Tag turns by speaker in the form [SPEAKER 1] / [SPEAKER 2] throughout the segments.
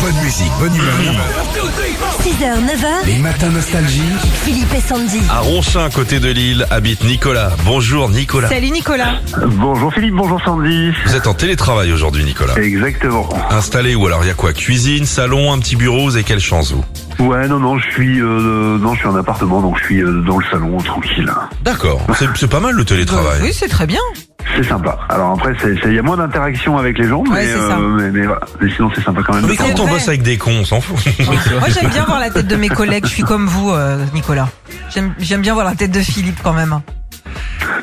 [SPEAKER 1] Bonne musique, bonne humeur.
[SPEAKER 2] 6h, 9h,
[SPEAKER 1] Les matins nostalgie.
[SPEAKER 2] Philippe et Sandy.
[SPEAKER 3] À Ronchin, côté de Lille, habite Nicolas. Bonjour Nicolas.
[SPEAKER 4] Salut Nicolas.
[SPEAKER 5] Bonjour Philippe, bonjour Sandy.
[SPEAKER 3] Vous êtes en télétravail aujourd'hui Nicolas.
[SPEAKER 5] Exactement.
[SPEAKER 3] Installé où alors il y a quoi Cuisine, salon, un petit bureau, vous avez quelle chance vous
[SPEAKER 5] Ouais, non, non, je suis, euh, non, je suis en appartement, donc je suis euh, dans le salon, tranquille.
[SPEAKER 3] D'accord, c'est c'est pas mal le télétravail.
[SPEAKER 4] Oui, c'est très bien.
[SPEAKER 5] C'est sympa. Alors après, c'est- c'est- il y a moins d'interaction avec les gens, mais, euh,
[SPEAKER 4] c'est ça.
[SPEAKER 5] mais, mais voilà. Mais sinon, c'est sympa quand même.
[SPEAKER 3] Mais
[SPEAKER 5] de temps en
[SPEAKER 3] quand
[SPEAKER 4] C'est
[SPEAKER 3] on
[SPEAKER 4] vrai.
[SPEAKER 3] bosse avec des cons, on s'en fout.
[SPEAKER 4] Moi, j'aime bien voir la tête de mes collègues. Je suis comme vous, euh, Nicolas. J'aime j'aime bien voir la tête de Philippe quand même.
[SPEAKER 5] temps.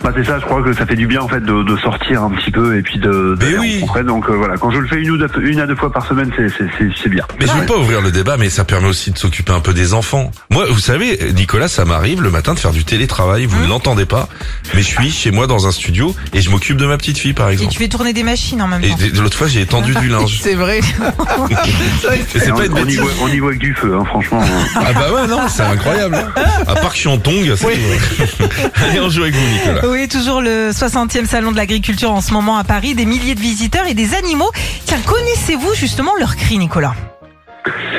[SPEAKER 5] Bah, c'est ça, je crois que ça fait du bien en fait de, de sortir un petit peu et puis de.
[SPEAKER 3] Mais
[SPEAKER 5] d'aller
[SPEAKER 3] oui.
[SPEAKER 5] rencontrer. Donc euh, voilà, quand je le fais une, ou deux- une à deux fois par semaine, c'est- c'est c'est- c'est bien.
[SPEAKER 3] Mais je veux pas ouvrir le débat, mais ça permet aussi de s'occuper un peu des enfants. Moi, vous savez, Nicolas, ça m'arrive le matin de faire du télétravail,
[SPEAKER 4] Hein?
[SPEAKER 3] vous ne l'entendez pas, mais je suis chez moi dans un studio et je m'occupe de ma petite fille par
[SPEAKER 4] Et
[SPEAKER 3] exemple.
[SPEAKER 4] tu fais tourner des machines en même
[SPEAKER 3] Et
[SPEAKER 4] temps.
[SPEAKER 3] de- l'autre fois, j'ai étendu du linge.
[SPEAKER 4] C'est vrai.
[SPEAKER 3] Et c'est
[SPEAKER 5] on,
[SPEAKER 3] pas une
[SPEAKER 5] on y
[SPEAKER 3] bêtise.
[SPEAKER 5] voit, on y voit que du feu, hein, franchement.
[SPEAKER 3] Ah bah ouais, non, c'est incroyable. hein. À part que je suis en tongue, c'est tout. Allez, on joue avec vous, Nicolas.
[SPEAKER 4] Oui, toujours le 60e salon de l'agriculture en ce moment à Paris. Des milliers de visiteurs et des animaux. Tiens, connaissez-vous justement leur cri, Nicolas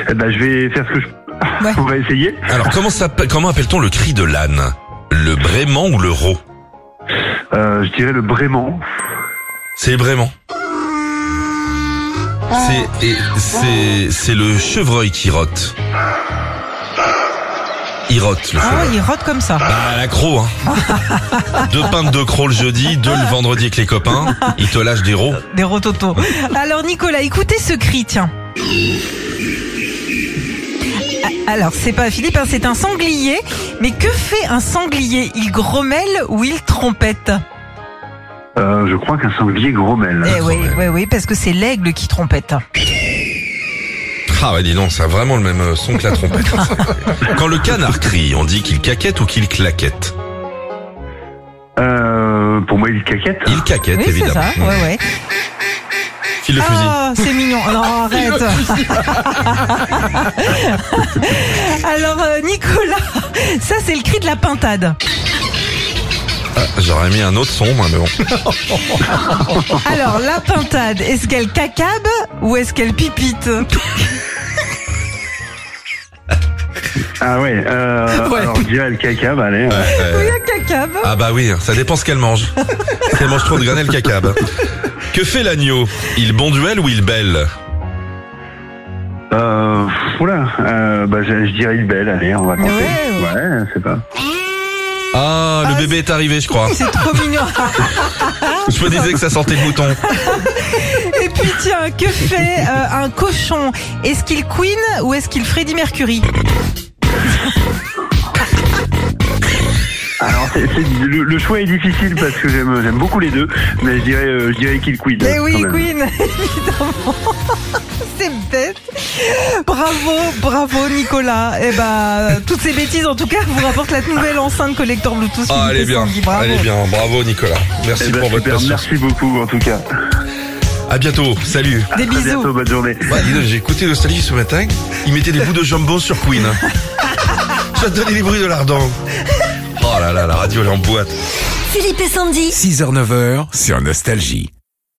[SPEAKER 5] Eh ben, je vais faire ce que je.
[SPEAKER 4] Ouais.
[SPEAKER 5] on va essayer.
[SPEAKER 3] Alors, comment, s'appelle- comment appelle-t-on le cri de l'âne Le brément ou le rot
[SPEAKER 5] Euh, je dirais le Brément.
[SPEAKER 3] C'est brément. C'est, et c'est, c'est le chevreuil qui rote. Il rote, le
[SPEAKER 4] Ah
[SPEAKER 3] chevreuil.
[SPEAKER 4] ouais, ils rotent comme ça.
[SPEAKER 3] Bah, à l'accro, hein. deux pintes de crocs le jeudi, deux le vendredi avec les copains. Il te lâche des rots.
[SPEAKER 4] Des rototos. Alors, Nicolas, écoutez ce cri, tiens. Ah, Alors, c'est pas Philippe, hein, c'est un sanglier. Mais que fait un sanglier Il grommelle ou il trompette
[SPEAKER 5] Euh, je crois qu'un sanglier grommelle.
[SPEAKER 4] Eh oui,
[SPEAKER 3] grommelle.
[SPEAKER 4] oui, oui, parce que c'est l'aigle qui trompette.
[SPEAKER 3] Ah bah dis donc, ça a vraiment le même euh, son que la trompette. Quand le canard crie, on dit qu'il caquette ou qu'il claquette.
[SPEAKER 5] Euh, pour moi, il caquette.
[SPEAKER 3] Il caquette,
[SPEAKER 4] Oui, c'est
[SPEAKER 3] évidemment.
[SPEAKER 4] ça. Ouais, ouais.
[SPEAKER 3] Qui le fusille.
[SPEAKER 4] Ah, c'est mignon. Non, arrête. Alors, euh, Nicolas, ça, c'est le cri de la pintade.
[SPEAKER 3] Ah, J'aurais mis un autre son, moi, mais bon.
[SPEAKER 4] Alors, la pintade, est-ce qu'elle cacabe ou est-ce qu'elle pipite
[SPEAKER 5] Ah ouais, euh,
[SPEAKER 4] Ouais.
[SPEAKER 5] alors je dirais le caca, bah allez.
[SPEAKER 3] Ouais, ouais.
[SPEAKER 4] La cacabe.
[SPEAKER 3] Ah bah oui, ça dépend ce qu'elle mange. Si elle mange trop de graines, elle cacabe. Que fait l'agneau Il bonduelle ou il belle
[SPEAKER 5] Euh, oula, euh, bah je, je dirais le bel, allez, on va tenter.
[SPEAKER 4] Ouais.
[SPEAKER 5] c'est pas.
[SPEAKER 3] Ah, le
[SPEAKER 4] Ah,
[SPEAKER 3] bébé est arrivé, je crois.
[SPEAKER 4] C'est Ah, trop mignon.
[SPEAKER 3] Je me disais que ça sentait le mouton.
[SPEAKER 4] Et puis tiens, que fait euh, un cochon Est-ce qu'il queen ou est-ce qu'il Freddie Mercury
[SPEAKER 5] Alors c'est, c'est- le, le choix est difficile parce que j'aime, j'aime beaucoup les deux, mais je dirais, euh, je dirais qu'il quid.
[SPEAKER 4] Eh oui,
[SPEAKER 5] quand même.
[SPEAKER 4] queen, évidemment. C'est bête. Bravo, bravo Nicolas. Eh ben, toutes ces bêtises en tout cas vous rapportent la nouvelle enceinte collector Bluetooth.
[SPEAKER 3] Ah, elle est
[SPEAKER 4] Philippe
[SPEAKER 3] bien.
[SPEAKER 4] Sandy, bravo.
[SPEAKER 3] Elle est bien. Bravo, Nicolas.
[SPEAKER 5] Eh
[SPEAKER 3] Merci
[SPEAKER 5] ben,
[SPEAKER 3] pour votre
[SPEAKER 5] super,
[SPEAKER 3] patience.
[SPEAKER 5] merci beaucoup en tout cas.
[SPEAKER 3] À bientôt. Salut.
[SPEAKER 4] Des
[SPEAKER 5] À
[SPEAKER 4] bisous.
[SPEAKER 5] bientôt, bonne journée.
[SPEAKER 3] Bah, dis donc, j'ai écouté Nostalgie ce matin. Il mettait des bouts de jambon sur Queen. Ça te donnait les bruits de l'ardent. Oh là là, la radio, elle est en boîte.
[SPEAKER 2] Philippe et Sandy.
[SPEAKER 1] 6h, 9h sur Nostalgie.